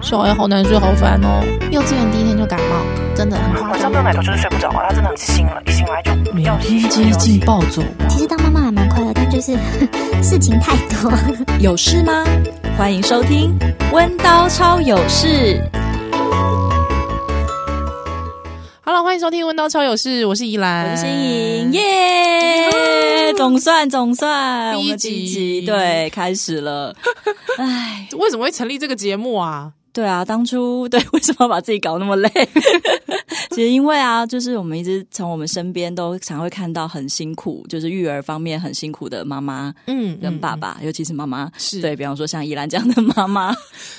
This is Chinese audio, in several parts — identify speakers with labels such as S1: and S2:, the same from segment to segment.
S1: 小孩好难睡，好烦哦。幼稚园第一天就感冒，真的很夸
S2: 晚
S1: 张
S2: 上没。有奶头就是睡不着啊，他真的很清醒了，一醒来就
S3: 每
S2: 要洗
S3: 天接近暴走王
S4: 其实当妈妈还蛮快乐，但就是 事情太 多。
S5: 有事吗？欢迎收听《温刀超有事》。
S1: 好了，欢迎收听《问到超有事》，我是宜兰，
S5: 我是新颖，耶！总算总算，
S1: 第一
S5: 我们第一
S1: 集
S5: 集对开始了。 哎，
S1: 为什么会成立这个节目啊？
S5: 对啊，当初对为什么要把自己搞那么 累？其实因为啊，就是我们一直从我们身边都常会看到很辛苦，就是育儿方面很辛苦的妈妈
S1: 嗯，
S5: 跟爸
S1: 嗯
S5: 爸，尤其是妈妈，
S1: 是
S5: 对，比方说像依兰这样的妈妈，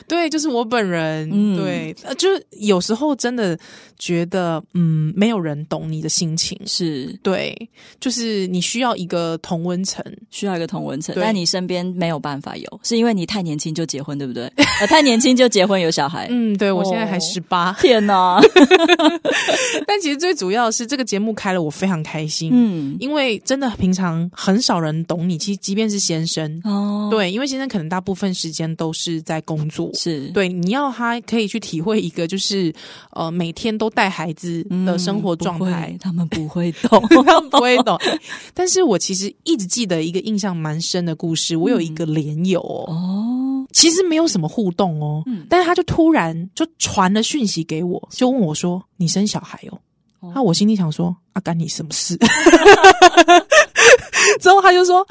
S1: 对，就是我本人，
S5: 嗯
S1: 对，呃，就是有时候真的觉得，嗯，没有人懂你的心情。
S5: 是
S1: 对，就是你需要一个同温层，
S5: 需要一个同文层，
S1: 对
S5: 但你身边没有办法有，是因为你太年轻就结婚，对不对？呃，太年轻就结婚有小孩，
S1: 嗯，对我现在还
S5: 哦
S1: 十八、
S5: 天哪！
S1: 但其实最主要的是这个节目开了，我非常开心，
S5: 嗯，
S1: 因为真的平常很少人懂你，其实即便是先生，
S5: 哦，
S1: 对，因为先生可能大部分时间都是在工作，
S5: 是，
S1: 对，你要他可以去体会一个就是呃每天都带孩子的生活状态，
S5: 他们嗯不会懂，
S1: 他嗯们不会懂。但是我其实一直记得一个印象蛮深的故事，我有一个连友、哦，
S5: 哦，
S1: 其实没有什么互动哦，
S5: 嗯
S1: 但是他就突然就传了讯息给我，就问我说：“你生小孩哦？”
S5: 哦
S1: 那、我心里想说：“啊，干你什么事？” 之后他就说。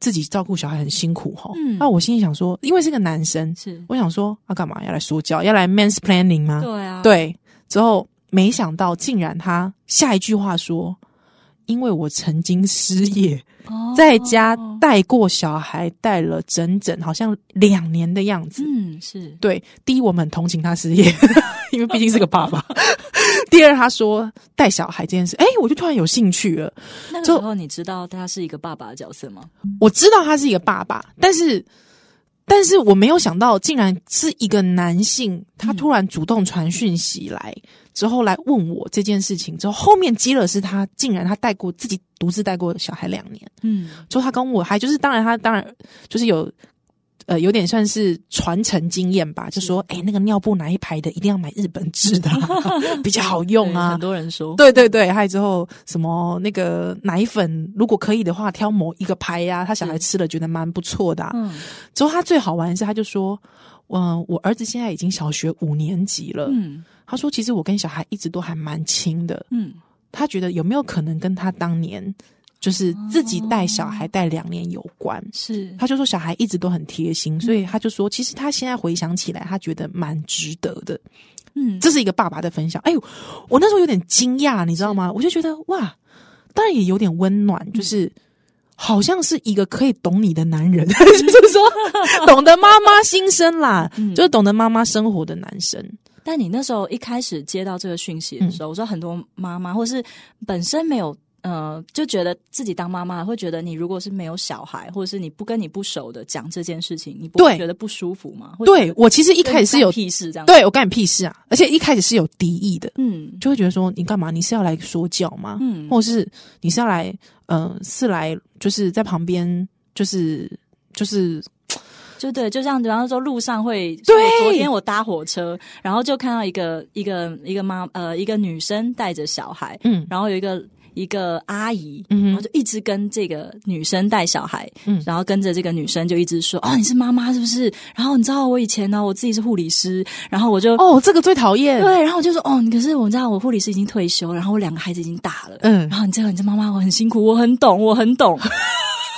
S1: 自己照顾小孩很辛苦哈、哦，
S5: 嗯
S1: 那、我心里想说，因为是个男生，
S5: 是，
S1: 我想说，他、干嘛要来说教，要来 mansplaining 吗？
S5: 对啊，，
S1: 对，之后没想到竟然他下一句话说：“因为我曾经失业，
S5: 哦
S1: 在家带过小孩，带了整整好像两年的样子。
S5: 嗯，是，
S1: 对，第一，我们很同情他失业， 因为毕竟是个爸 爸。第二，他说带小孩这件事，哎、我就突然有兴趣了。
S5: 那个时
S1: 就
S5: 候你知道他是一个爸爸的角色吗？
S1: 我知道他是一个爸爸，但是。但是我没有想到，竟然是一个男性，他突然主动传讯息来，之后来问我这件事情，之后后面接了是他，竟然他带过自己独自带过小孩两年，
S5: 嗯，
S1: 之后他跟我还就是，当然他当然就是有，呃，有点算是传承经验吧，就说，哎、那个尿布哪一排的一定要买日本制 的啊、比较好用
S5: 对
S1: 啊
S5: 很，多人说，
S1: 对对对，还有之后什么那个奶粉，如果可以的话，挑某一个牌呀、他小孩吃了觉得蛮不错的啊、
S5: 嗯
S1: 之后他最好玩的是，他就说：“嗯，我儿子现在已经小学五年级了。
S5: 嗯
S1: 他说：“其实我跟小孩一直都还蛮亲的。
S5: 嗯，
S1: 他觉得有没有可能跟他当年就是自己带小
S5: 哦
S1: 孩带两年有关？”
S5: 是，
S1: 他就说小孩一直都很贴心，所
S5: 嗯
S1: 以他就说，其实他现在回想起来，他觉得蛮值得的。
S5: 嗯，
S1: 这是一个爸爸的分享。哎呦，我那时候有点惊讶，你知道吗？我就觉得哇，当然也有点温暖，就是。
S5: 嗯
S1: 好像是一个可以懂你的男人， 就是 说懂得妈妈心声啦，
S5: 嗯
S1: 就是懂得妈妈生活的男生。
S5: 但你那时候一开始接到这个讯息的
S1: 嗯
S5: 时候，我说很多妈妈或是本身没有。呃，就觉得自己当妈妈会觉得，你如果是没有小孩，或者是你不跟你不熟的讲这件事情，你不
S1: 对
S5: 会觉得不舒服吗？或者
S1: 对我其实一
S5: 一
S1: 开始是有，
S5: 屁事这样，，
S1: 对我干你屁事啊！而且一开始是有敌意的，
S5: 嗯
S1: 就会觉得说你干嘛？你是要来说教吗？
S5: 嗯
S1: 或是你是要来，嗯、是来就是在旁边就是就是
S5: 就对，就像比方说路上会，
S1: 对
S5: 我昨天我搭火车，然后就看到一个一个一个妈呃一个女生带着小孩，
S1: 嗯
S5: 然后有一个一个阿姨，
S1: 嗯哼
S5: 然后就一直跟这个女生带小孩，
S1: 嗯
S5: 然后跟着这个女生就一直说哦你是妈妈是不是？然后你知道我以前呢我自己是护理师，然后我就、
S1: 哦，这个最讨厌。
S5: 对，然后我就说哦，可是我知道我护理师已经退休，然后我两个孩子已经大了，
S1: 嗯
S5: 然后你这个你这妈妈我很辛苦，我很懂，我很 懂。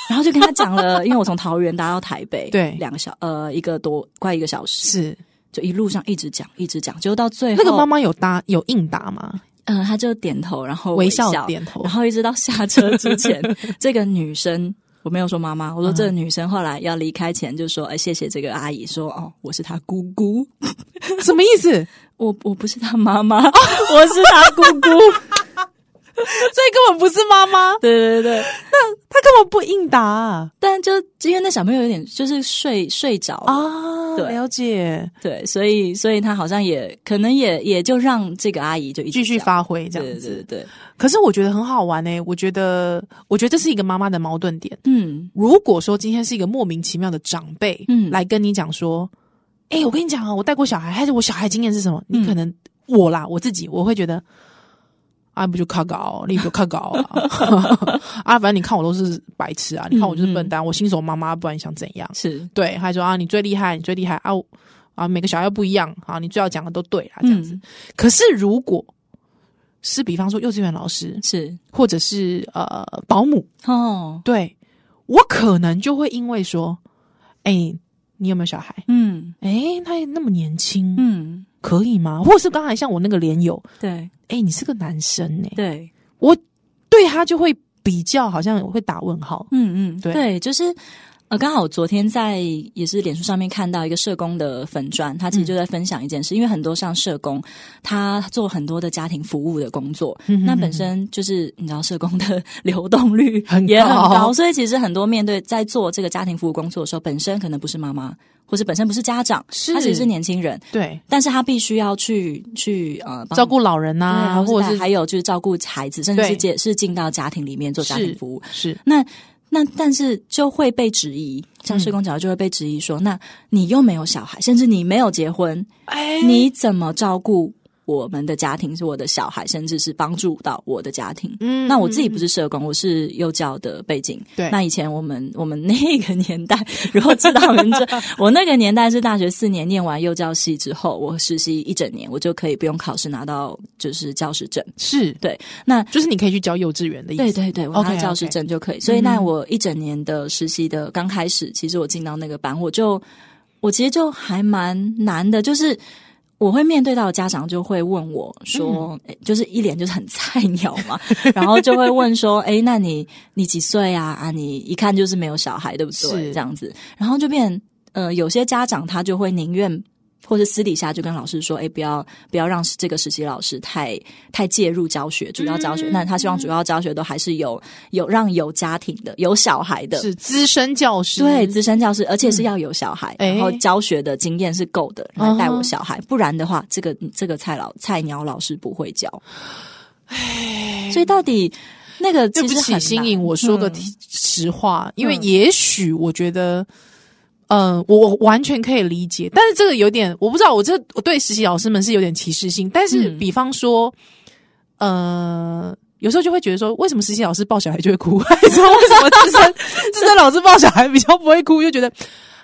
S5: 然后就跟他讲了，因为我从桃园搭到台北，
S1: 对
S5: 两个小呃一个多快一个小时，
S1: 是
S5: 就一路上一直讲一直讲，结果到最后
S1: 那个妈，妈有答有应答吗？
S5: 嗯、她就点头，然后
S1: 微
S5: 笑
S1: 笑点头
S5: 然后一直到下车 之前，这个女生我没有说妈妈，我说
S1: 嗯
S5: 这个女生后来要离开前就说，哎、谢谢这个阿姨，说哦我是她姑姑，
S1: 什么意思？所以
S5: 我我不是她妈妈，哦我是她姑姑，
S1: 根本不是妈妈，
S5: 对对对。
S1: 她根本不应答啊！
S5: 但就因为那小朋友有点就是睡睡着
S1: 哦
S5: 了，对
S1: 了解，
S5: 对，所以所以他好像也可能也也就让这个阿姨就一直
S1: 继续
S5: 讲
S1: 发挥这
S5: 对
S1: 样
S5: 对对
S1: 子。
S5: 对，
S1: 可是我觉得很好玩诶、我觉得，我觉得这是一个妈妈的矛盾点。
S5: 嗯
S1: 如果说今天是一个莫名其妙的长辈，
S5: 嗯
S1: 来跟你讲说，哎、我跟你讲啊，我带过小孩，还是我小孩经验是什么？
S5: 嗯
S1: 你可能、我啦，我自己我会觉得。啊，不就靠 搞，你不就靠搞啊！ 啊，反正你看我都是白痴
S5: 嗯
S1: 啊，你看我就是笨蛋，我新手妈妈，不然你想怎样？
S5: 是
S1: 对，他说啊，你最厉害，你最厉害啊我啊，每个小孩又不一样啊，你最好讲的都对啦，这样子。
S5: 嗯
S1: 可是如果是比方说幼稚园老师
S5: 是
S1: 或者是呃保姆，
S5: 哦，
S1: 对我可能就会因为说，哎、你有没有小孩？
S5: 嗯
S1: 哎、他那么年轻，
S5: 嗯，
S1: 可以吗？或者是刚才像我那个连友，
S5: 对
S1: 哎、你是个男生呢、
S5: 对，
S1: 我对他就会比较好像会打问号，
S5: 嗯嗯，
S1: 对
S5: 对，就是。呃，刚好我昨天在也是脸书上面看到一个社工的粉砖，他其实就在分享一件事，因为很多像社工，他做很多的家庭服务的工作，
S1: 嗯
S5: 嗯那本身就是你知道社工的流动率
S1: 很
S5: 也很
S1: 高
S5: 高，所以其实很多面对在做这个家庭服务工作的时候，本身可能不是妈妈，或是本身不是家长，
S1: 是
S5: 他只是年轻人，
S1: 嗯对，
S5: 但是他必须要去去呃帮
S1: 照顾老人呐、
S5: 对
S1: 啊，
S5: 啊，
S1: 或
S5: 或
S1: 者
S5: 者
S1: 是
S5: 还有就是照顾孩子，甚至
S1: 对
S5: 是进是进到家庭里面做家庭服务。
S1: 是
S5: 那那但是就会被质疑，像社工
S1: 嗯
S5: 角就会被质疑说，那你又没有小孩，甚至你没有结婚，
S1: 哎
S5: 你怎么照顾我们的家庭，是我的小孩，甚至是帮助到我的家庭？
S1: 嗯
S5: 那我自己不是社工，我是幼教的背景。
S1: 对
S5: 那以前我们我们那个年代，如果知道我们 这，我那个年代是大学四年念完幼教系之后，我实习一整年，我就可以不用考试拿到就是教师证。
S1: 是
S5: 对，那
S1: 就是你可以去教幼稚园的意思。
S5: 对对对，我
S1: OK，
S5: 拿
S1: OK 嗯
S5: 教师证就可以。所以那我一整年的实习的刚开始，其实我进到那个班，我就我其实就还蛮难的，就是。我会面对到的家长就会问我
S1: 嗯
S5: 说，诶就是一脸就是很菜鸟嘛，然后就会问说，哎，那你你几岁啊？啊，你一看就是没有小孩，对不对？
S1: 是
S5: 这样子，然后就变，呃，有些家长他就会宁愿或者私底下就跟老师说，哎，不要不要让这个实习老师太太介入教学，主要
S1: 嗯
S5: 教学。那、他希望主要教学都还是有有让有家庭的、有小孩的，
S1: 是资深教师，
S5: 对资深教师，而且是要有小孩，
S1: 哎嗯
S5: 然后教学的经验是够的来带我小孩，不然的话，这个这个菜老菜鸟老师不会教。所以到底那个
S1: 对
S5: 其
S1: 不
S5: 实
S1: 起，
S5: 很
S1: 新
S5: 难
S1: 颖，我说个
S5: 嗯
S1: 实话，因为也许我觉得，嗯、我我完全可以理解，但是这个有点，我不知道，我这我对实习老师们是有点歧视性，但是
S5: 嗯
S1: 比方说，呃。有时候就会觉得说，为什么实习老师抱小孩就会哭？还是为什么资 深资深老师抱小孩比较不会哭？就觉得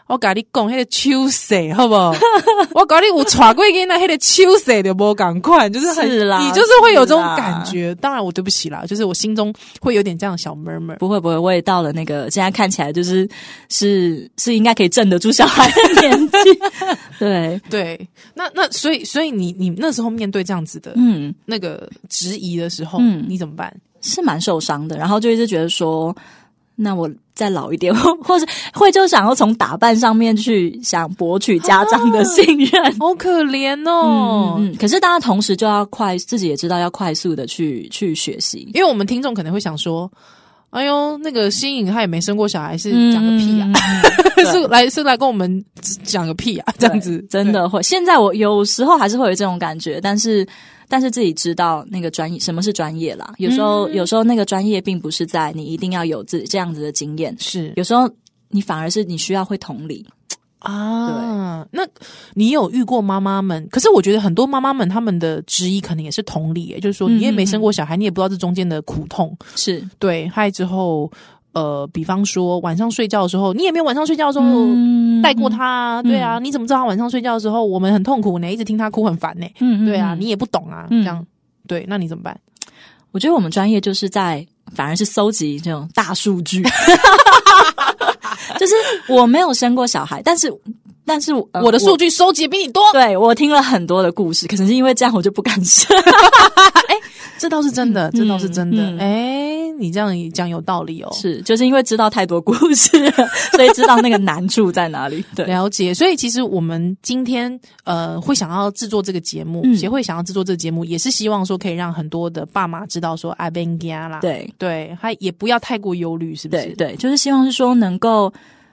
S1: 我跟你讲，那个秋水好不好？ 我跟你有传过囡仔，那个秋水就无赶快，就是很
S5: 是啦
S1: 你就是会有这种
S5: 是啦
S1: 感觉。当然，我对不起啦，就是我心中会有点这样的小 murmur。
S5: 不会不会，我也到了那个现在看起来就是是是应该可以镇得住小孩的 年纪。对，
S1: 对，那那所以所以你你那时候面对这样子的
S5: 嗯，
S1: 那个质疑的时候，
S5: 嗯
S1: 你怎么办？
S5: 是蛮受伤的，然后就一直觉得说。那我再老一点， 或或是会就想要从打扮上面去想博取家长的信任，
S1: 好可怜
S5: 嗯
S1: 哦。
S5: 嗯嗯，可是大家同时就要快，自己也知道要快速的去去学习。
S1: 因为我们听众可能会想说。哎呦，那个新颖她也没生过小孩，是讲个屁
S5: 嗯
S1: 啊！
S5: 对
S1: 是来是来跟我们讲个屁啊！这样子
S5: 对真的会。现在我有时候还是会有这种感觉，但是但是自己知道那个专业什么是专业啦。有时候、
S1: 嗯
S5: 有时候那个专业并不是在你一定要有自这样子的经验，
S1: 是
S5: 有时候你反而是你需要会同理。
S1: 啊，那你有遇过妈妈们？可是我觉得很多妈妈们她们的质疑可能也是同理耶，就是说
S5: 嗯
S1: 你也没生过小孩，你也不知道这中间的苦痛。
S5: 是，
S1: 对，嗨之后，呃，比方说晚上睡觉的时候，你也没有晚上睡觉的时候。
S5: 嗯
S1: 带过他啊，对啊，你怎么知道他晚上睡觉的时候我们很痛苦呢？一直听他哭很烦呢，
S5: 嗯
S1: 对啊，你也不懂啊，
S5: 嗯
S1: 这样对，那你怎么办？
S5: 我觉得我们专业就是在反而是搜集这种大数 据，就是我没有生过小孩，但是但是、呃
S1: 我的数据收集得比你多，
S5: 对我听了很多的故事，可能是因为这样我就不敢生。
S1: 这倒是真的，这倒是真的
S5: 嗯。嗯
S1: 哎，你这样一讲有道理哦，
S5: 是，就是因为知道太多故事了，所以知道那个难处在哪里。对，啊
S1: 了解，所以其实我们今天呃会想要制作这个节目，
S5: 嗯
S1: 协会想要制作这个节目，也是希望说可以让很多的爸妈知道说阿 ben 家啦，
S5: 对，
S1: 对，还也不要太过忧虑，是不是？
S5: 对，对，就是希望是说能够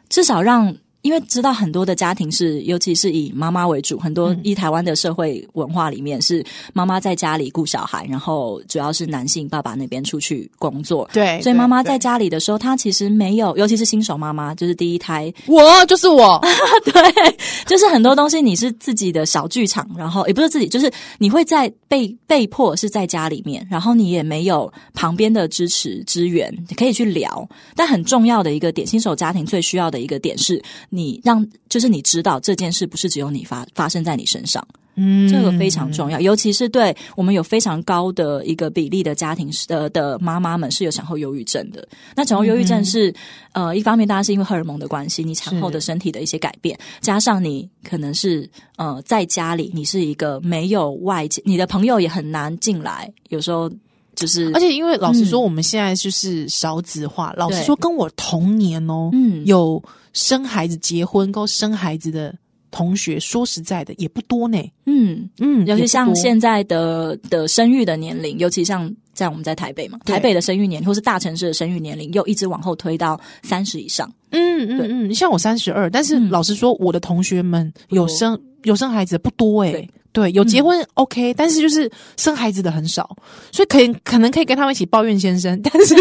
S5: 至少让。因为知道很多的家庭是，尤其是以妈妈为主，很
S1: 嗯
S5: 多以台湾的社会文化里面是妈妈在家里顾小孩，然后主要是男性爸爸那边出去工作。
S1: 对
S5: 所以妈妈在
S1: 对
S5: 家里的时候，她其实没有，尤其是新手妈妈，就是第一胎，
S1: 我就是我，
S5: 对， 就是很多东西你是自己的小剧场，然后也不是自己，就是你会在被被迫是在家里面，然后你也没有旁边的支持支援，你可以去聊。但很重要的一个点，新手家庭最需要的一个点是，你让就是你知道这件事不是只有你发发生在你身上。
S1: 嗯
S5: 这个非常重要，尤其是对我们有非常高的一个比例的家庭是的的妈妈们是有产后忧郁症的。那产后忧郁
S1: 嗯
S5: 症是、呃，一方面当然是因为荷尔蒙的关系，你产后的身体的一些改变，加上你可能是呃在家里，你是一个没有外界，你的朋友也很难进来，有时候就是
S1: 而且因为老实说，
S5: 嗯
S1: 我们现在就是少子化。老实
S5: 对
S1: 说，跟我同年哦，
S5: 嗯
S1: 有生孩子、结婚、够生孩子的同学，说实在的也不多呢。
S5: 嗯。
S1: 嗯，也
S5: 尤其
S1: 不
S5: 像
S1: 多
S5: 现在的的生育的年龄，尤其像在我们在台北嘛，
S1: 对
S5: 台北的生育年龄或是大城市的生育年龄，又一直往后推到三十以上。
S1: 嗯嗯嗯，像我三十二，但是
S5: 嗯
S1: 老实说，我的同学们有
S5: 多
S1: 生有生孩子的不多诶、
S5: 对嗯
S1: 对，有结婚 OK，、但是就是生孩子的很少，所以可以可能可以跟他们一起抱怨先生，但是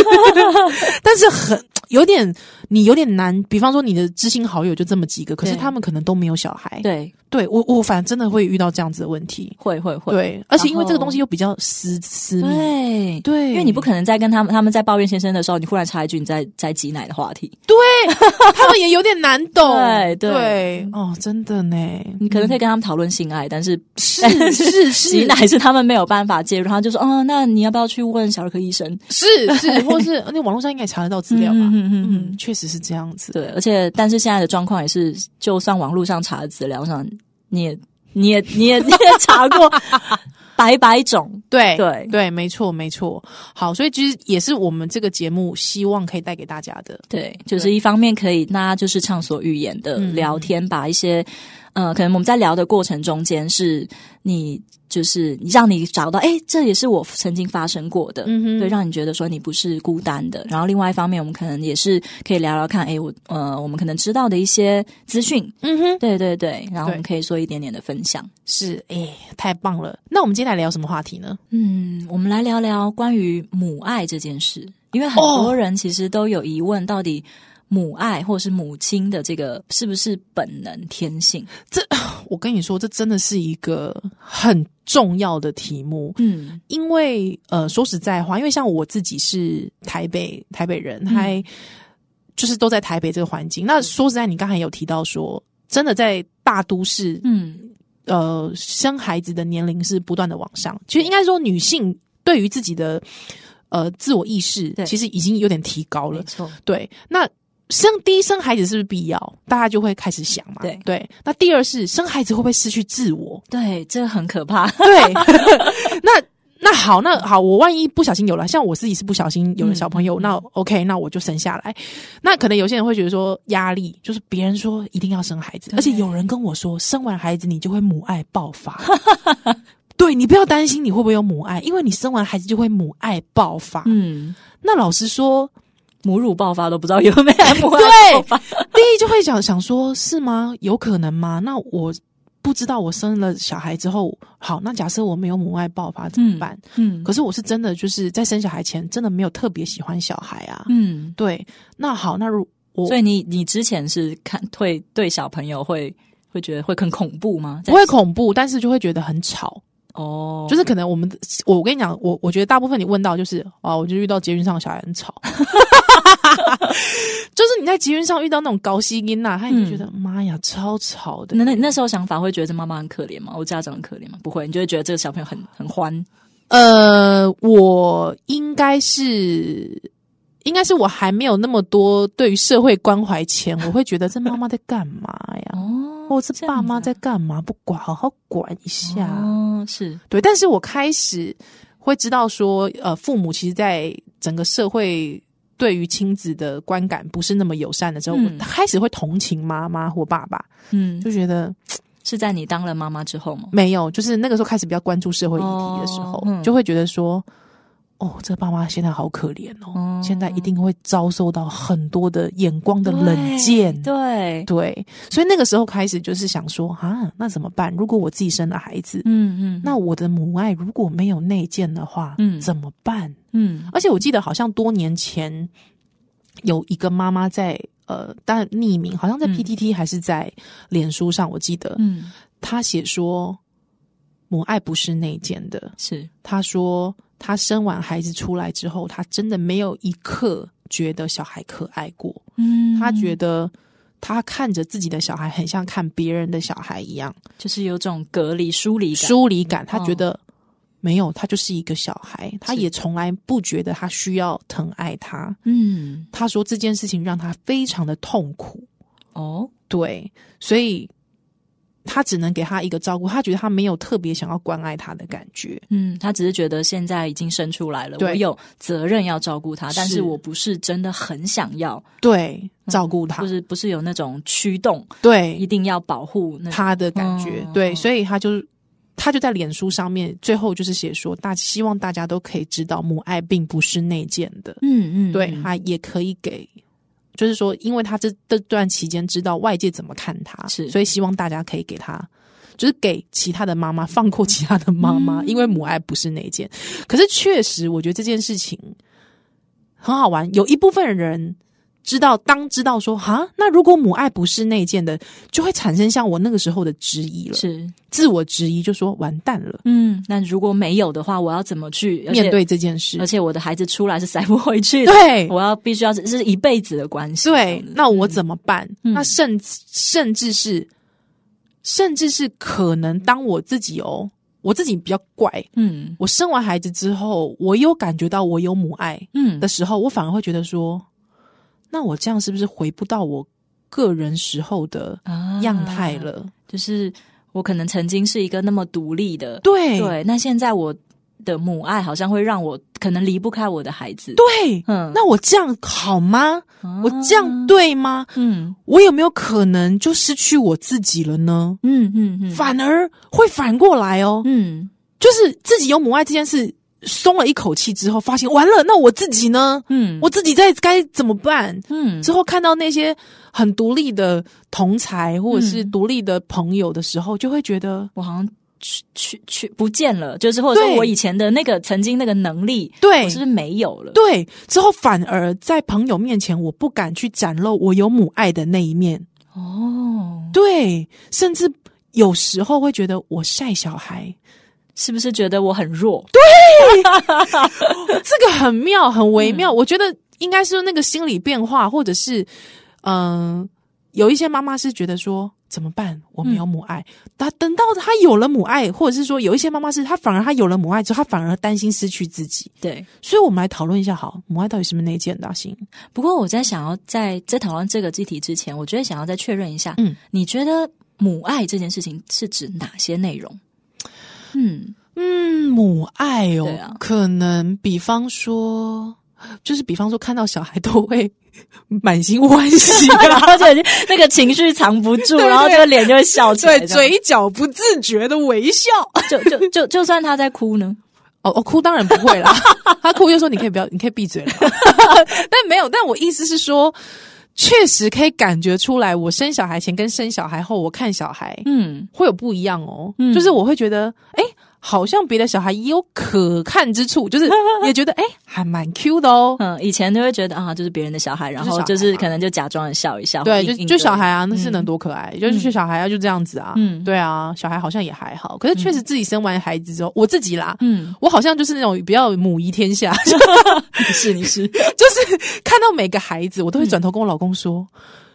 S1: 但是很有点你有点难，比方说你的知心好友就这么几个，可是
S5: 对
S1: 他们可能都没有小 孩，
S5: 对，
S1: 对我我反正真的会遇到这样子的问题，
S5: 会会会，
S1: 对，而且因为这个
S5: 然后
S1: 东西又比较私私密，
S5: 嗯对
S1: 对
S5: 因为你不可能在跟他们他们在抱怨先生的时候，你忽然插一句你在在挤奶的话题，
S1: 他们也有点难懂，
S5: 对对
S1: 哦，真的呢，
S5: 你可能可以跟他们讨论性爱，但是
S1: 是 是是
S5: 挤奶嗯是他们没有办法介入，然后就说哦，那你要不要去问小儿科医生？
S1: 是是，或是那网络上应该也查得到资料吧？
S5: 嗯
S1: 嗯
S5: 嗯嗯嗯
S1: 确实是这样子。
S5: 对，而且但是现在的状况也是，就算网络上查的资料上，你也你也你也你也查过 百百种，
S1: 对
S5: 对
S1: 对，没错没错。好，所以其实也是我们这个节目希望可以带给大家的。
S5: 对，就是
S1: 对
S5: 一方面可以，大家就是畅所欲言的
S1: 嗯
S5: 聊天，把一些呃，可能我们在聊的过程中间，是你就是让你找到，哎，这也是我曾经发生过的，
S1: 嗯哼
S5: 对，让你觉得说你不是孤单的。然后另外一方面，我们可能也是可以聊聊看，哎，我呃，我们可能知道的一些资讯，
S1: 嗯哼，
S5: 对对对，然后我
S1: 对
S5: 们可以做一点点的分享。
S1: 是哎、太棒了。那我们接下来聊什么话题呢？
S5: 嗯，我们来聊聊关于母爱这件事，因为很多人其实都有疑问，到底母爱或是母亲的这个是不是本能天性？
S1: 我跟你说，这真的是一个很重要的题目。
S5: 嗯
S1: 因为呃，说实在话，因为像我自己是台北台北人，还就是都在台北这个环境。那说实在，你刚才有提到说，真的在大都市，
S5: 嗯，
S1: 呃生孩子的年龄是不断的往上。其实应该说，女性对于自己的呃自我意识
S5: 对，
S1: 其实已经有点提高了
S5: 没。错，
S1: 对，那生第一生孩子是不是必要？大家就会开始想嘛。
S5: 对
S1: 那第二是生孩子会不会失去自我？
S5: 对，这个很可 怕。
S1: 对，那。那好，那好，我万一不小心有了，像我自己是不小心有了小朋友，
S5: 嗯
S1: 那 OK，那我就生下来。那可能有些人会觉得说压力，就是别人说一定要生孩子，
S5: 对
S1: 而且有人跟我说，生完孩子你就会母爱爆 发。对你不要担心你会不会有母爱，因为你生完孩子就会母爱爆发。
S5: 嗯，
S1: 那老实说，
S5: 母乳爆发都不知道有没有母爱
S1: 对
S5: 爆发。
S1: 第一就会想想说，是吗？有可能吗？那我不知道，我生了小孩之后，好，那假设我没有母爱爆发怎么办？
S5: 嗯
S1: 可是我是真的就是在生小孩前，真的没有特别喜欢小孩啊。
S5: 嗯，
S1: 对，那好，那如我
S5: 所以你你之前是看会对小朋友会会觉得会很恐怖吗？在
S1: 不会恐怖，但是就会觉得很吵。
S5: 哦，
S1: 就是可能我们，我我跟你讲，我我觉得大部分你问到就是啊，我就遇到捷运上的小孩很吵， 就是你在捷运上遇到那种高吸音呐、他你就觉
S5: 嗯
S1: 得妈、呀，超吵的。
S5: 那那那时候想法会觉得这妈妈很可怜吗？我家长很可怜吗？不会，你就会觉得这个小朋友很很欢。
S1: 呃，我应该是，应该是我还没有那么多对于社会关怀前，我会觉得这妈妈在干嘛呀？
S5: 哦
S1: 啊或者这爸妈在干嘛？不管，好好管一下。
S5: 哦，是
S1: 对，但是我开始会知道说，呃，父母其实，在整个社会对于亲子的观感不是那么友善的时候，
S5: 嗯
S1: 我开始会同情妈妈或爸爸，
S5: 嗯
S1: 就，觉得
S5: 是在你当了妈妈之后吗？
S1: 没有，就是那个时候开始比较关注社会议题的时候，
S5: 哦哦嗯
S1: 就会觉得说，哦，这爸妈现在好可怜哦，
S5: 嗯
S1: 现在一定会遭受到很多的眼光的冷箭。
S5: 对，对
S1: 对所以那个时候开始就是想说啊，那怎么办？如果我自己生了孩子，
S5: 嗯嗯，
S1: 那我的母爱如果没有内建的话，
S5: 嗯
S1: 怎么办？
S5: 嗯
S1: 而且我记得好像多年前有一个妈妈在呃，当然匿名，好像在
S5: 嗯
S1: PTT 还是在脸书上，我记得
S5: 嗯
S1: 她写说母爱不是内建的，
S5: 是，
S1: 她说她生完孩子出来之后，她真的没有一刻觉得小孩可爱过，
S5: 嗯
S1: 她觉得。她看着自己的小孩，很像看别人的小孩一样，
S5: 就是有种隔离疏离感，
S1: 疏离感。她觉
S5: 哦
S1: 得、没有，她就是一个小孩，她
S5: 是
S1: 也从来不觉得她需要疼爱他。
S5: 嗯
S1: 他说这件事情让他非常的痛苦，
S5: 哦
S1: 对，所以他只能给他一个照顾，他觉得他没有特别想要关爱他的感觉，
S5: 嗯，他只是觉得现在已经生出来了，
S1: 对
S5: 我有责任要照顾他，但
S1: 是
S5: 是我不是真的很想要，
S1: 对，照顾他，
S5: 嗯就是不是有那种驱动，一
S1: 对
S5: 定要保护那
S1: 他的感觉，
S5: 嗯
S1: 对，
S5: 嗯
S1: 所以他就他就在脸书上面最后就是写说，大希望大家都可以知道，母爱并不是内建的，
S5: 嗯嗯，
S1: 对
S5: 嗯
S1: 他也可以给。就是说，因为他这这段期间知道外界怎么看他，
S5: 是
S1: 所以希望大家可以给他，就是给其他的妈妈放过其他的妈妈，
S5: 嗯
S1: 因为母爱不是内件。可是确实，我觉得这件事情很好玩，有一部分人知道，当知道说哈，那如果母爱不是内件的，就会产生像我那个时候的质疑了，
S5: 是
S1: 自我质疑，就说完蛋了，
S5: 嗯，那如果没有的话，我要怎么去而且
S1: 面对这件事
S5: 而。且我的孩子出来是塞不回去的，
S1: 对
S5: 我要必须要这是一辈子的关系。这
S1: 对
S5: 样，子
S1: 那我怎么办？
S5: 嗯
S1: 那甚甚至是，甚至是可能当我自己哦，我自己比较怪，
S5: 嗯
S1: 我生完孩子之后，我有感觉到我有母爱
S5: 嗯
S1: 的时候，我反而会觉得说，那我这样是不是回不到我个人时候的
S5: 啊
S1: 样态，了？
S5: 就是我可能曾经是一个那么独立的，
S1: 对
S5: 那现在我的母爱好像会让我可能离不开我的孩子，
S1: 对，
S5: 嗯
S1: 那我这样好吗？
S5: 啊
S1: 我这样对吗？
S5: 嗯
S1: 我有没有可能就失去我自己了呢？
S5: 嗯嗯嗯，
S1: 反而会反过来哦，
S5: 嗯
S1: 就是自己有母爱这件事松了一口气之后，发现完了，那我自己呢？
S5: 嗯
S1: 我自己在该怎么办？
S5: 嗯
S1: 之后看到那些很独立的同才或者是
S5: 嗯
S1: 独立的朋友的时候，就会觉得
S5: 我好像去去去不见了，就是或者说
S1: 对
S5: 我以前的那个曾经那个能力，
S1: 对
S5: 我是不是没有了？
S1: 对，之后反而在朋友面前，我不敢去展露我有母爱的那一面，
S5: 哦，
S1: 对，甚至有时候会觉得我晒小孩，
S5: 是不是觉得我很弱？
S1: 这个很妙，很微妙。我觉得应该是那个心理变化，或者是嗯、呃有一些妈妈是觉得说怎么办？我没有母爱。她、等到她有了母爱，或者是说有一些妈妈是她反而她有了母爱之后，她反而担心失去自己。
S5: 对，
S1: 所以我们来讨论一下，好，母爱到底是不是内建的、啊？行，
S5: 不过我在想要在在讨论这个议题之前，我觉得想要再确认一下，
S1: 嗯，
S5: 你觉得母爱这件事情是指哪些内 容？嗯
S1: 嗯，母爱哦，
S5: 对啊
S1: 可能比方说。就是比方说，看到小孩都会 满心欢喜、啊，
S5: 然后就已经那个情绪藏不 住，
S1: 对对
S5: 然后这个脸就会笑出来，
S1: 对，嘴角不自觉的微笑。
S5: 这样就就就就算他在哭呢，
S1: 哦，哦，哭当然不会啦，他哭就说你可以不要，你可以闭嘴了。 但没有，但我意思是说，确实可以感觉出来，我生小孩前跟生小孩后，我看小孩
S5: 嗯
S1: 会有不一样哦。
S5: 嗯
S1: 就是我会觉得，哎、好像别的小孩也有可看之处，就是也觉得，哎、还蛮 Q 的哦。
S5: 嗯，以前都会觉得啊，就是别人的小孩，然后
S1: 就
S5: 就
S1: 小孩
S5: 是是
S1: 嘛
S5: 可能就假装的嗯笑一笑，
S1: 对，
S5: 或
S1: 就
S5: 硬硬
S1: 就
S5: 的
S1: 小孩啊，那是能多可爱？就是
S5: 嗯
S1: 小孩啊，就这样子啊。
S5: 嗯
S1: 对啊，小孩好像也还好，可是确实自己生完孩子之后，我自己啦，
S5: 嗯，
S1: 我好像就是那种比较母仪天下，
S5: 你是你是，
S1: 就是 看到每个孩子，我
S5: 嗯
S1: 都会转头跟我老公说。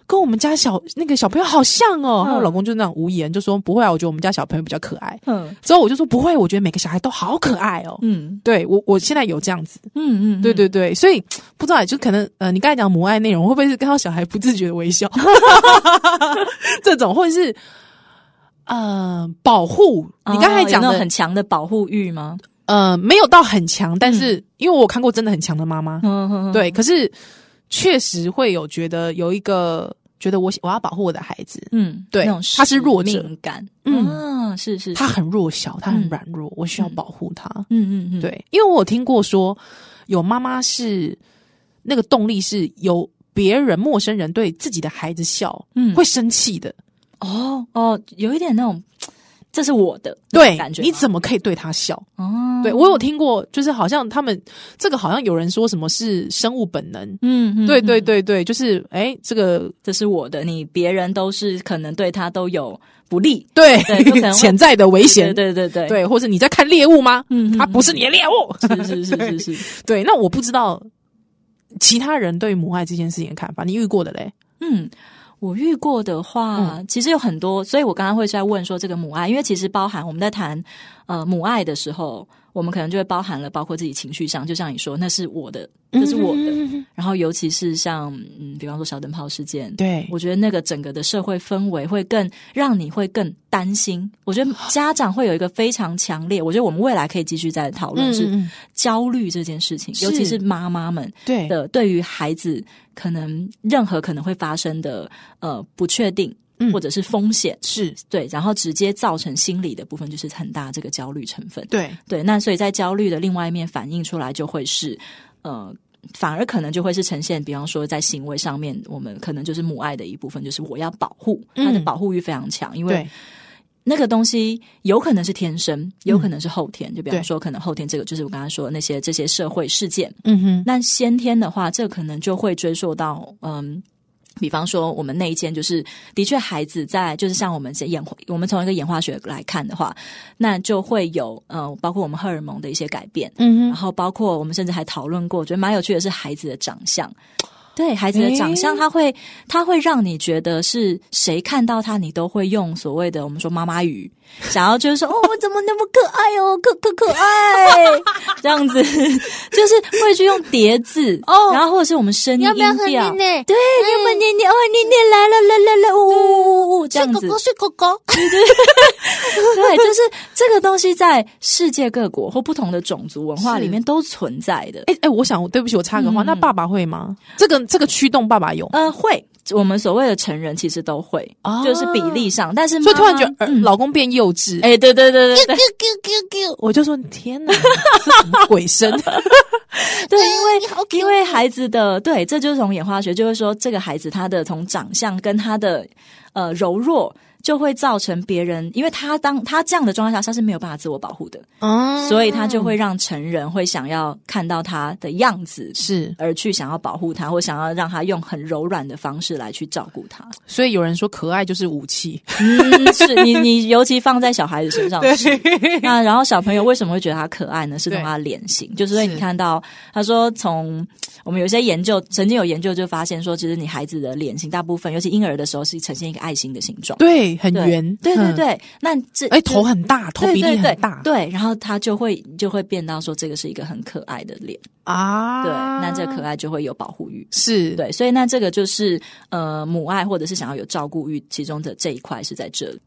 S1: 跟我们家小那个小朋友好像哦，
S5: 嗯
S1: 然后我老公就那样无言，就说不会啊，我觉得我们家小朋友比较可爱。
S5: 嗯
S1: 之后我就说不会，我觉得每个小孩都好可爱哦。
S5: 嗯
S1: 对我，我现在有这样子，
S5: 嗯嗯，
S1: 对对对，所以不知道就可能呃，你刚才讲母爱内容，会不会是看到小孩不自觉的微笑，这种或者是呃保护？
S5: 哦，
S1: 你刚才讲的
S5: 有那种很强的保护欲吗？
S1: 呃没有到很强，但是、因为我看过真的很强的妈妈，
S5: 嗯嗯，嗯
S1: 对，可是确实会有觉得有一个觉得我我要保护我的孩子，
S5: 嗯，
S1: 对
S5: 那种
S1: 他是
S5: 使
S1: 弱者
S5: 命感，
S1: 嗯
S5: 啊嗯，是是，
S1: 他
S5: 是
S1: 很弱小，他很
S5: 嗯
S1: 软弱，我需要
S5: 嗯
S1: 保护他。
S5: 嗯嗯嗯，
S1: 对，因为我有听过说，有妈妈是那个动力是由别人、陌生人对自己的孩子笑，
S5: 嗯
S1: 会生气的。
S5: 哦哦，有一点那种，这是我的那种
S1: 对
S5: 感，觉吗，
S1: 你怎么可以对他笑？
S5: 哦，
S1: 对我有听过，就是好像他们这个好像有人说什么是生物本能。
S5: 嗯，嗯，
S1: 对对
S5: 嗯，
S1: 对对，就是哎，这个
S5: 这是我的，你别人都是可能对他都有不利，
S1: 对
S5: 对就可能会
S1: 潜在的危
S5: 对
S1: 险，
S5: 对对对，
S1: 对，或者你在看猎物吗？
S5: 嗯，嗯
S1: 它不是你的猎物。
S5: 嗯是是是是是，
S1: 对，那我不知道其他人对母爱这件事情的看法，你遇过的嘞？
S5: 嗯。我遇过的话，
S1: 嗯
S5: 其实有很多，所以我刚刚会在问说这个母爱，因为其实包含我们在谈呃母爱的时候，我们可能就会包含了包括自己情绪上，就像你说，那是我的，这是我的，
S1: 嗯
S5: 然后尤其是像嗯，比方说小灯泡事件，
S1: 对，
S5: 我觉得那个整个的社会氛围会更让你会更担心。我觉得家长会有一个非常强烈，我觉得我们未来可以继续再讨论是
S1: 嗯嗯
S5: 焦虑这件事情，
S1: 是
S5: 尤其是妈妈们
S1: 对
S5: 的对于孩子可能任何可能会发生的呃不确定
S1: 嗯
S5: 或者是风险，
S1: 是，
S5: 对，然后直接造成心理的部分就是很大这个焦虑成分。
S1: 对，
S5: 对，那所以在焦虑的另外一面反映出来，就会是呃，反而可能就会是呈现，比方说在行为上面，我们可能就是母爱的一部分，就是我要保护，
S1: 嗯
S5: 它的保护欲非常强，因为
S1: 对，
S5: 那个东西有可能是天生，有可能是后天，就比
S1: 嗯对
S5: 方说可能后天这个就是我刚才说的那些这些社会事件，
S1: 嗯哼，
S5: 那先天的话，这可能就会追溯到嗯。比方说，我们那一间就是的确，孩子在就是像我们这演化，我们从一个演化学来看的话，那就会有呃，包括我们荷尔蒙的一些改变，
S1: 嗯
S5: 然
S1: 哼，
S5: 后包括我们甚至还讨论过，我觉得蛮有趣的是孩子的长相。对孩子的长相，
S1: 诶
S5: 他会他会让你觉得是谁看到他，你都会用所谓的我们说妈妈语，想要就是说哦，我怎么那么可爱哦，可可可爱，这样子 就是会去用叠字
S4: 哦
S5: 然后或者是我们声音
S4: 要
S5: 音
S4: 不要喝
S5: 调
S4: 奶，奶？
S5: 对，要不要念念哦，念念来了来了来了，呜呜呜呜，这
S4: 睡
S5: 样
S4: 狗
S5: 子，
S4: 狗，睡狗 狗。
S5: 对，就是这个东西在世界各国或不同的种族文化
S1: 是
S5: 里面都存在的。
S1: 哎哎，我想，对不起，我插个话，
S5: 嗯
S1: 那爸爸会吗？这个这个驱动爸爸有，
S5: 呃，会，我们所谓的成人其实都会，
S1: 啊
S5: 就是比例上，但是
S1: 所以
S5: 妈
S1: 突然觉
S5: 妈
S1: 得呃
S5: 嗯
S1: 老公变幼稚，
S5: 哎、对对对 对对
S4: QQQQ，
S1: 我就说天 哪，这什么鬼声？
S5: 对，因为
S4: 你好
S5: 因
S4: Q，
S1: 哦
S5: 为孩子的对，这就是从演化学，就是说这个孩子他的从长相跟他的呃柔弱。就会造成别人，因为他当他这样的状态下，他是没有办法自我保护的，
S1: 嗯
S5: 所以他就会让成人会想要看到他的样子，
S1: 是，
S5: 而去想要保护他，或想要让他用很柔软的方式来去照顾他。
S1: 所以有人说可爱就是武器，
S5: 嗯，是你你尤其放在小孩子身上是。那然后小朋友为什么会觉得他可爱呢？是从
S1: 对
S5: 他的脸型，就是因为
S1: 是
S5: 你看到他说从我们有一些研究，曾经有研究就发现说，其实你孩子的脸型大部分，尤其婴儿的时候是呈现一个爱心的形状，
S1: 对，很
S5: 对
S1: 圆，
S5: 对对
S1: 嗯，
S5: 对，那这
S1: 哎，头很大，头
S5: 对
S1: 比
S5: 对
S1: 例
S5: 对
S1: 很大，
S5: 对，然后他就会就会变到说这个是一个很可爱的脸，
S1: 啊，
S5: 对，那这可爱就会有保护欲。
S1: 是，
S5: 对，所以那这个就是呃母爱或者是想要有照顾欲，其中的这一块是在这里。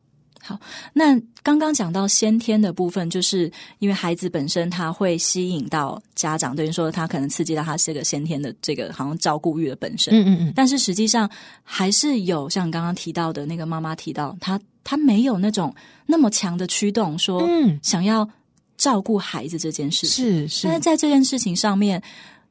S5: 好，那刚刚讲到先天的部分，就是因为孩子本身他会吸引到家长，等于说他可能刺激到他这个先天的这个好像照顾欲的本身。
S1: 嗯嗯嗯，
S5: 但是实际上还是有像刚刚提到的那个妈妈提到，她她没有那种那么强的驱动，说
S1: 嗯
S5: 想要照顾孩子这件事情。
S1: 是是
S5: 但是，在这件事情上面，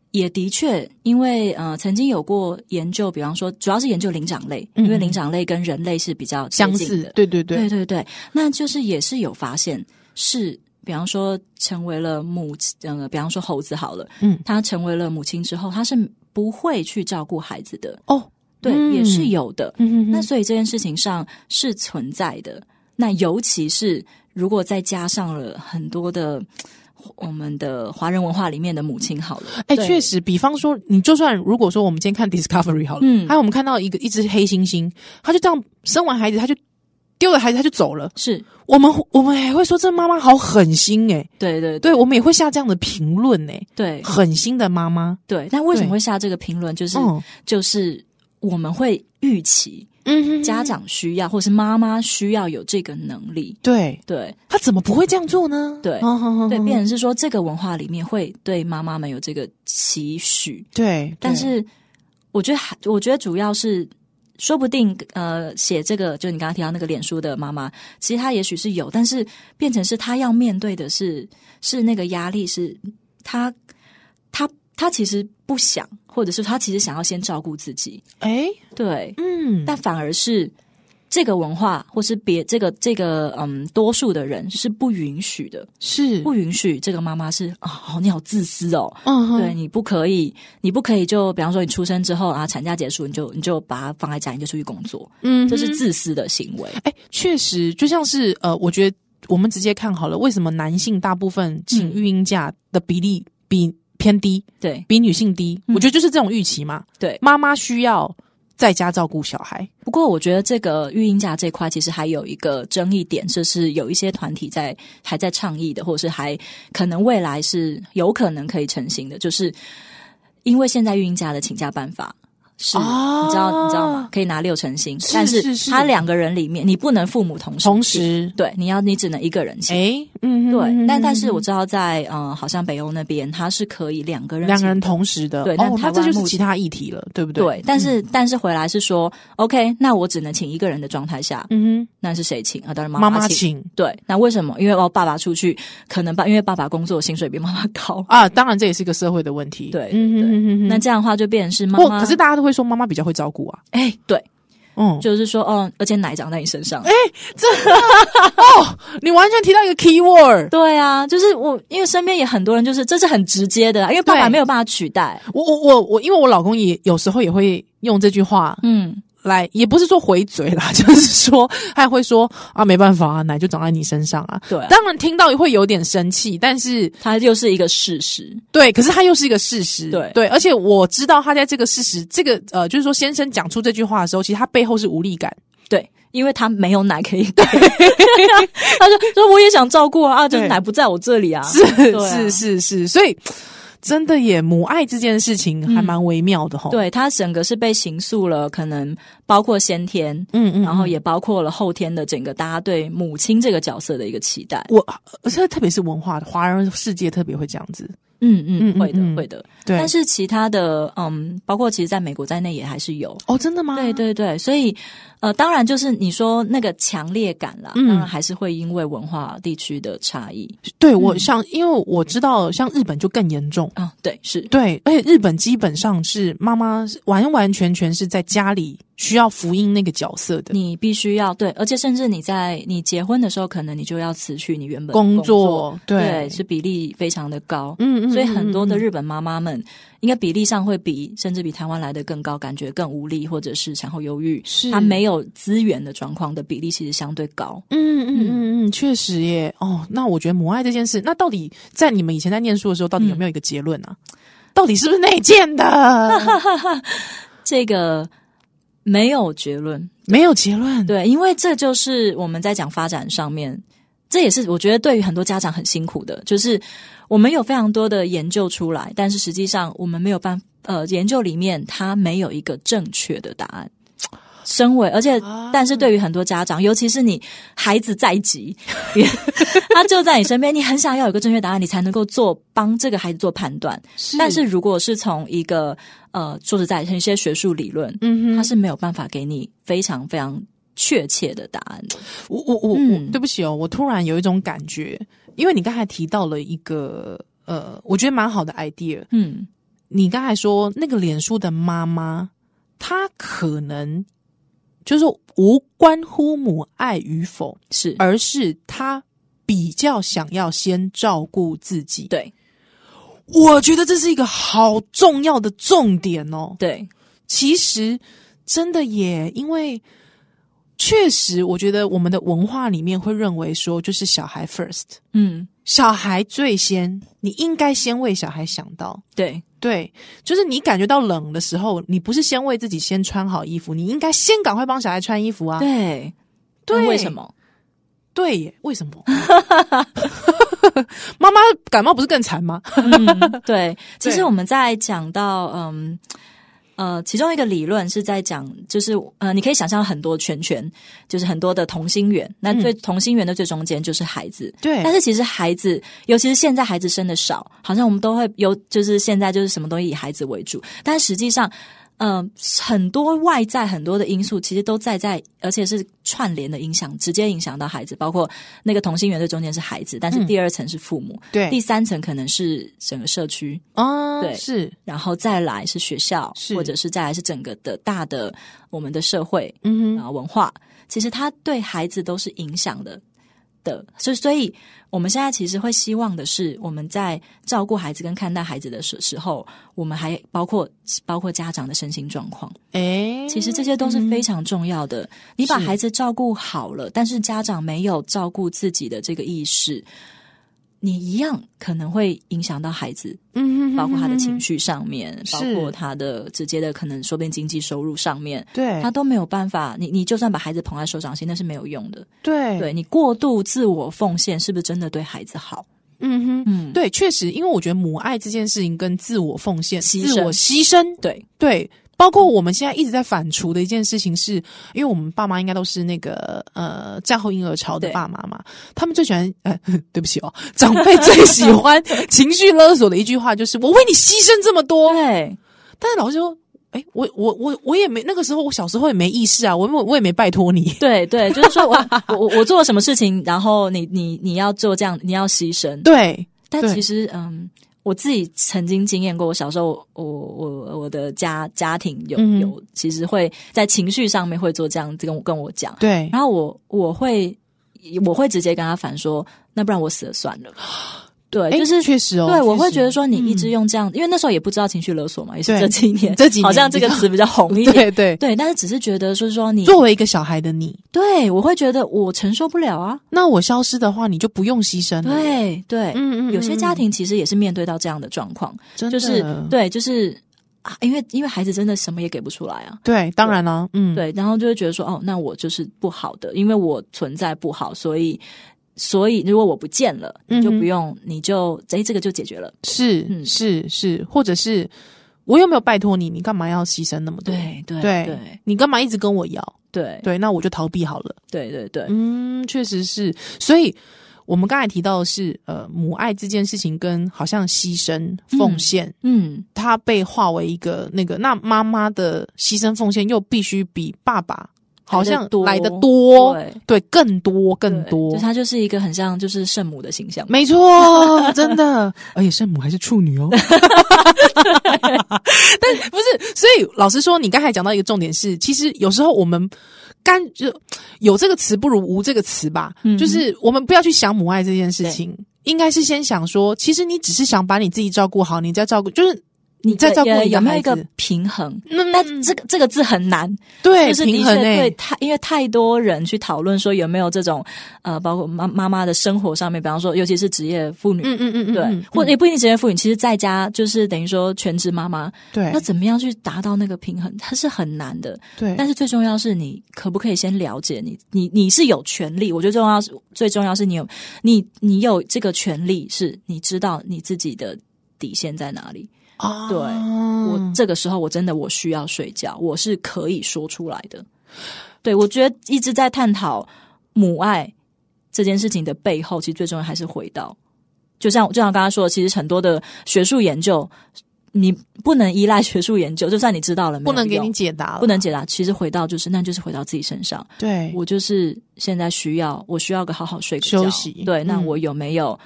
S5: 也的确，因为呃，曾经有过研究，比方说，主要是研究灵长类，
S1: 嗯
S5: 因为灵长类跟人类是比较接
S1: 相
S5: 近
S1: 似
S5: 的，，
S1: 对对对，
S5: 对对对，那就是也是有发现是。比方说，成为了母亲，呃，比方说猴子好了，
S1: 嗯
S5: 它成为了母亲之后，它是不会去照顾孩子的，
S1: 哦，
S5: 对，
S1: 嗯
S5: 也是有的。
S1: 嗯哼哼
S5: 那所以这件事情上是存在的。那尤其是如果再加上了很多的我们的华人文化里面的母亲，好了，
S1: 哎、
S5: 对
S1: 确实，比方说，你就算如果说我们今天看 Discovery 好了，
S5: 嗯
S1: 还有我们看到一个一只黑猩猩，它就这样生完孩子，它就丢了孩子，它就走了。
S5: 是
S1: 我们我们还会说这妈妈好狠心哎、
S5: 对对对
S1: 对我们也会下这样的评论哎，
S5: 对
S1: 狠心的妈妈，
S5: 对。那为什
S1: 对
S5: 么会下这个评论？就是
S1: 嗯
S5: 就是我们会预期
S1: 嗯哼
S5: 家长需要，或是妈妈需要有这个能力，
S1: 对
S5: 对
S1: 他怎么不会这样做呢？
S5: 对
S1: 嗯哼哼
S5: 对，
S1: 哼
S5: 变成是说这个文化里面会对妈妈们有这个期许，
S1: 对，
S5: 但
S1: 对
S5: 是我觉得还，我觉得主要是说不定呃，写这个就你刚刚提到那个脸书的妈妈，其实她也许是有，但是变成是她要面对的是是那个压力，是她她她其实不想，或者是她其实想要先照顾自己，
S1: 哎，
S5: 对，
S1: 嗯，
S5: 但反而是这个文化或是别这个这个嗯，多数的人是不允许的，
S1: 是，
S5: 不允许这个妈妈是啊、好你好自私哦，
S1: 嗯哼，
S5: 对，你不可以，你不可以就比方说你出生之后啊，产假结束你就你就把它放在家，你就出去工作，
S1: 嗯哼，
S5: 这是自私的行为。
S1: 哎，确实，就像是呃，我觉得我们直接看好了，为什么男性大部分请
S5: 嗯
S1: 育婴假的比例比偏低，
S5: 对
S1: 比女性低？我觉得就是这种预期嘛。
S5: 嗯对，
S1: 妈妈需要在家照顾小孩，
S5: 不过我觉得这个育婴假这块其实还有一个争议点，就是有一些团体在还在倡议的，或者是还可能未来是有可能可以成型的，就是因为现在育婴假的请假办法。是，
S1: 哦
S5: 你知道，你知道吗？可以拿六成薪，
S1: 是
S5: 但
S1: 是是
S5: 他两个人里面，你不能父母同时
S1: 同
S5: 请，
S1: 时，
S5: 对，你要你只能一个人请。
S1: 哎，嗯哼，
S5: 对，但但是
S1: 嗯
S5: 我知道在呃，好像北欧那边它是可以两个人
S1: 两个人
S5: 请
S1: 同时的，
S5: 对但
S1: 哦，
S5: 台
S1: 那
S5: 湾
S1: 这就是
S5: 目前
S1: 其他议题了，对不对？嗯
S5: 对，但是、但是回来是说，OK，那我只能请一个人的状态下，
S1: 嗯
S5: 那是谁请啊？当然
S1: 哼，妈
S5: 妈
S1: 妈
S5: 请。
S1: 请
S5: 对，那为什么？因为我爸爸出去，可能爸因为爸爸工作薪水比妈妈高，
S1: 啊，当然这也是一个社会的问题，
S5: 对
S1: 嗯哼
S5: 对
S1: 哼哼哼
S5: 那这样的话就变成是妈
S1: 不，
S5: 妈。
S1: 可是大家都会说妈妈比较会照顾啊，
S5: 哎、对，
S1: 嗯，
S5: 就是说，哦，而且奶长在你身
S1: 哎
S5: 上。
S1: 你完全提到一个 key word，
S5: 对啊，就是我，因为身边也很多人，就是这是很直接的啊，因为爸爸
S1: 对
S5: 没有办法取代。
S1: 我我我我，因为我老公也有时候也会用这句话
S5: 嗯，
S1: 来，也不是说回嘴啦， 就是说他也会说啊，没办法啊，奶就长在你身上啊。
S5: 对啊、
S1: 当然听到会有点生气，但是
S5: 它又是一个事实。
S1: 对，可是他又是一个事实，
S5: 对
S1: 对，而且我知道他在这个事实，这个呃，就是说先生讲出这句话的时候，其实他背后是无力感，
S5: 对，因为他没有奶可以给， 他说说我也想照顾啊，啊就是
S1: 对
S5: 奶不在我这里啊，
S1: 是、
S5: 对啊
S1: 是是是，所以真的也母爱这件事情还蛮微妙的吼，，
S5: 嗯对他整个是被刑诉了，可能包括先天，
S1: 嗯嗯，
S5: 然后也包括了后天的整个大家对母亲这个角色的一个期待。
S1: 我而且特别是文化，华人世界特别会这样子，
S5: 嗯
S1: 嗯
S5: 嗯，
S1: 嗯
S5: 会的
S1: 嗯
S5: 会的。
S1: 对，
S5: 但是其他的，嗯，包括其实在美国在内也还是有。
S1: 哦，真的吗？
S5: 对对对，所以呃，当然就是你说那个强烈感啦，
S1: 嗯
S5: 当然还是会因为文化地区的差异
S1: 对
S5: 嗯
S1: 我像，因为我知道像日本就更严重，
S5: 啊、对，是
S1: 对，而且日本基本上是妈妈是完完全全是在家里需要福音那个角色的
S5: 你必须要对，而且甚至你在你结婚的时候，可能你就要辞去你原本的
S1: 工
S5: 工
S1: 作，
S5: 对，是比例非常的高。
S1: 嗯嗯，
S5: 所以很多的
S1: 嗯嗯
S5: 日本妈妈们，应该比例上会比甚至比台湾来的更高，感觉更无力，或者是产后忧郁，
S1: 是
S5: 她没有资源的状况的比例其实相对高。
S1: 嗯嗯嗯嗯，确实耶。哦，那我觉得母爱这件事，那到底在你们以前在念书的时候，到底
S5: 嗯
S1: 有没有一个结论啊？到底是不是内建 的？
S5: 这个没有结论，
S1: 没有结论，
S5: 对，因为这就是我们在讲发展上面，这也是我觉得对于很多家长很辛苦的，就是我们有非常多的研究出来，但是实际上我们没有办呃，研究里面它没有一个正确的答案。身为，而且
S1: 啊，
S5: 但是对于很多家长，尤其是你孩子在即，他就在你身边，你很想要有一个正确答案，你才能够做帮这个孩子做判断。但是如果是从一个呃，说实在，一些学术理论，
S1: 嗯
S5: 他
S1: 哼，
S5: 是没有办法给你非常非常确切的答案的。
S1: 我我我我
S5: 嗯，
S1: 对不起哦，我突然有一种感觉，因为你刚才提到了一个呃，我觉得蛮好的 idea，
S5: 嗯，
S1: 你刚才说那个脸书的妈妈，她可能就是无关乎母爱与否，
S5: 是，
S1: 而是她比较想要先照顾自己。
S5: 对
S1: 我觉得这是一个好重要的重点哦。
S5: 对，
S1: 其实真的也因为。确实，我觉得我们的文化里面会认为说，就是小孩 first，
S5: 嗯，
S1: 小孩最先，你应该先为小孩想到。
S5: 对
S1: 对，就是你感觉到冷的时候，你不是先为自己先穿好衣服，你应该先赶快帮小孩穿衣服啊。
S5: 对
S1: 对
S5: 那为什么？
S1: 对耶，为什么？ 妈妈感冒不是更惨吗？
S5: 嗯，对，其实
S1: 对
S5: 我们在讲到嗯。呃，其中一个理论是在讲，就是呃，你可以想象很多圈圈，就是很多的同心圆，那最、同心圆的最中间就是孩子，
S1: 嗯对
S5: 但是其实孩子，尤其是现在孩子生的少，好像我们都会有，就是现在就是什么东西以孩子为主，但实际上，呃，很多外在很多的因素其实都在在，而且是串联的影响，直接影响到孩子。包括那个同心圆最中间是孩子，但是
S1: 嗯
S5: 第二层是父母，
S1: 对
S5: 第三层可能是整个社区，
S1: 啊，
S5: 对
S1: 是，
S5: 然后再来是学校，
S1: 是
S5: 或者是再来是整个的大的我们的社会
S1: 嗯
S5: 啊
S1: 哼，
S5: 文化，其实它对孩子都是影响的的。所以，所以我们现在其实会希望的是，我们在照顾孩子跟看待孩子的时时候，我们还包括包括家长的身心状况，
S1: 哎，
S5: 其实这些都是非常重要的。你把
S1: 是
S5: 孩子照顾好了，但是家长没有照顾自己的这个意识。你一样可能会影响到孩子
S1: 嗯哼，
S5: 包括他的情
S1: 绪，
S5: 绪上面，
S1: 是
S5: 包括他的直接的可能说不定经济收入上面，
S1: 对，
S5: 他都没有办法。你你就算把孩子捧在手掌心，那是没有用的。
S1: 对，
S5: 对，你过度自我奉献，是不是真的对孩子好？
S1: 嗯哼。
S5: 嗯，
S1: 对，确实，因为我觉得母爱这件事情跟自我奉献、
S5: 牺
S1: 自
S5: 牲
S1: 我牺牲，
S5: 对
S1: 对，包括我们现在一直在反刍的一件事情是，因为我们爸妈应该都是那个呃战后婴儿潮的
S5: 对
S1: 爸妈嘛，他们最喜欢呃， 对不起哦，长辈最喜欢 情绪勒索的一句话就是“我为你牺牲这么多
S5: 对”，
S1: 但是老师说。哎，我我我我也没那个时候，我小时候也没意识啊，我我我也没拜托你，
S5: 对对，就是说我我我我做了什么事情，然后你你你要做这样，你要牺牲。
S1: 对，
S5: 但
S1: 对
S5: 其实，嗯，我自己曾经经验过，我小时候，我我我的家家庭有、
S1: 嗯
S5: 有，其实会在情绪上面会做这样子跟我跟我讲。
S1: 对，
S5: 然后我我会我会直接跟他反说，那不然我死了算了。对，
S1: 诶
S5: 就是
S1: 确实哦，
S5: 对，我
S1: 确
S5: 会
S1: 实嗯
S5: 觉得说你一直用这样，因为那时候也不知道情绪勒索嘛，也是
S1: 对
S5: 这几年，
S1: 这几年
S5: 好像这个
S1: 比较
S5: 词比较红一点。
S1: 对对，
S5: 对，但是只是觉得说说你，
S1: 作为一个小孩的你，
S5: 对我会觉得我承受不了啊。
S1: 那我消失的话，你就不用牺牲了，
S5: 对对，
S1: 嗯，嗯嗯，
S5: 有些家庭其实也是面对到这样的状况，
S1: 真的
S5: 就是对，就是啊，因为因为孩子真的什么也给不出来啊。
S1: 对，当然了，嗯，
S5: 对，然后就会觉得说，哦，那我就是不好的，因为我存在不好，所以所以如果我不见了，
S1: 嗯哼
S5: 你就不用，你就哎，这个就解决了。
S1: 是、
S5: 嗯
S1: 是是，或者是我又没有拜托你，你干嘛要牺牲那么多？
S5: 对
S1: 对
S5: 对
S1: 你干嘛一直跟我要？
S5: 对
S1: 对，那我就逃避好了。
S5: 对对对，
S1: 嗯，确实是。所以我们刚才提到的是，呃，母爱这件事情跟好像牺牲奉献，
S5: 嗯，
S1: 它被化为一个那个，那妈妈的牺牲奉献又必须比爸爸好像
S5: 多
S1: 来的多，
S5: 对
S1: 对，更多更
S5: 对
S1: 多
S5: 就。他就是一个很像就是圣母的形象。
S1: 没错， 真的，而且圣母还是处女哦。 但不是，所以老实说，你刚才讲到一个重点是，其实有时候我们干就有这个词不如无这个词吧，
S5: 嗯哼
S1: 就是我们不要去想母爱这件事情，应该是先想说，其实你只是想把你自己照顾好，你再照顾，就是
S5: 你
S1: 再照顾
S5: 呃
S1: 你的
S5: 有没有
S1: 孩
S5: 一个
S1: 子
S5: 平衡？
S1: 那
S5: 但这个这个字很难，
S1: 对
S5: 就是的
S1: 平
S5: 确
S1: 衡欸
S5: 对
S1: 诶、
S5: 太，因为太多人去讨论说有没有这种呃，包括妈妈妈的生活上面，比方说，尤其是职业妇女，
S1: 嗯嗯嗯嗯，
S5: 对，
S1: 嗯
S5: 或者也不一定职业妇女，其实在家就是等于说全职妈妈，
S1: 对
S5: 要怎么样去达到那个平衡，它是很难的。
S1: 对，
S5: 但是最重要是你可不可以先了解你，你你是有权利。我觉得最重要是最重要是你有你你有这个权利，是你知道你自己的底线在哪里。
S1: 啊
S5: 对我
S1: 嗯
S5: 这个时候我真的我需要睡觉，我是可以说出来的。对，我觉得一直在探讨母爱这件事情的背后，其实最重要还是回到，就像就像刚刚说的，其实很多的学术研究，你不能依赖学术研究，就算你知道了，没有
S1: 不能给
S5: 用
S1: 你解答了，
S5: 不能解答。其实回到就是，那就是回到自己身上。
S1: 对，
S5: 我就是现在需要，我需要个好好睡个
S1: 休
S5: 觉
S1: 息
S5: 对，那
S1: 嗯
S5: 我有没有？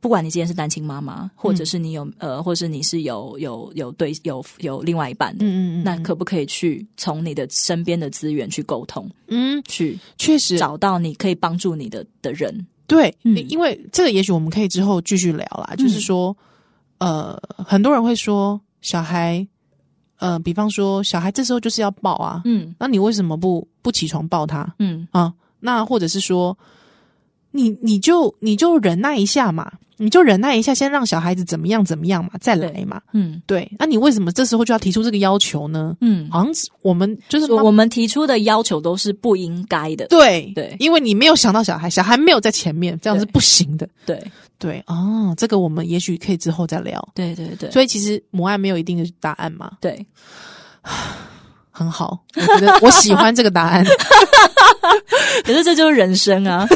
S5: 不管你今天是单亲妈妈，或者是你有呃，或者是你是有有有对有有另外一半的，
S1: 嗯嗯嗯，
S5: 那可不可以去从你的身边的资源去沟通，
S1: 嗯
S5: 去
S1: 确实
S5: 找到你可以帮助你的的人？
S1: 对，
S5: 嗯
S1: 因为这个也许我们可以之后继续聊啦。就是说，呃，很多人会说小孩，呃，比方说小孩这时候就是要抱啊，
S5: 嗯
S1: 那你为什么不不起床抱他
S5: 嗯，
S1: 啊？那或者是说，你你就你就忍耐一下嘛，你就忍耐一下，先让小孩子怎么样怎么样嘛，再来嘛。
S5: 嗯
S1: 对，那你为什么这时候就要提出这个要求呢？
S5: 嗯，
S1: 好像是我们就是
S5: 所以
S1: 妈
S5: 我们提出的要求都是不应该的。
S1: 对
S5: 对
S1: 因为你没有想到小孩，小孩没有在前面，这样是
S5: 对
S1: 不行的。
S5: 对
S1: 对哦，这个我们也许可以之后再聊。
S5: 对对对，
S1: 所以其实母爱没有一定的答案嘛，
S5: 对
S1: 很好，我觉得我喜欢这个答案。
S5: 可是这就是人生啊！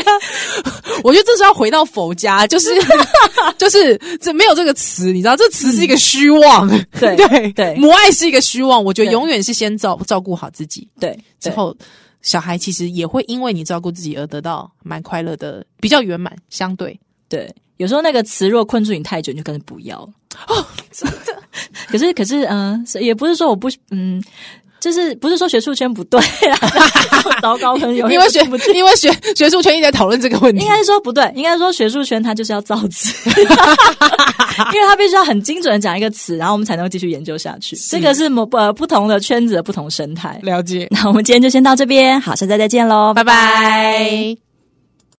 S1: 我觉得这是要回到佛家，就是 就是这没有这个词，你知道，这词是一个虚妄，
S5: 对
S1: 对
S5: 对
S1: 母爱是一个虚妄。我觉得
S5: 对
S1: 永远是先照照顾好自己，
S5: 对，
S1: 之
S5: 对
S1: 后小孩其实也会因为你照顾自己而得到蛮快乐的，比较圆满。相对
S5: 对，有时候那个词若困住你太久，你就跟着不要哦，真的。可是可是，嗯、是也不是说我不嗯。就是不是说学术圈不对啊？ 糟糕，可能 有人
S1: 因为学
S5: 不去
S1: 因为学学术圈一直在讨论这个问题
S5: 应，该是说不对，应该是说学术圈它就是要造字， 因为它必须要很精准的讲一个词，然后我们才能够继续研究下去。这个是某呃不同的圈子的不同生态。
S1: 了解，
S5: 那我们今天就先到这边，好，下次再见喽，
S1: 拜拜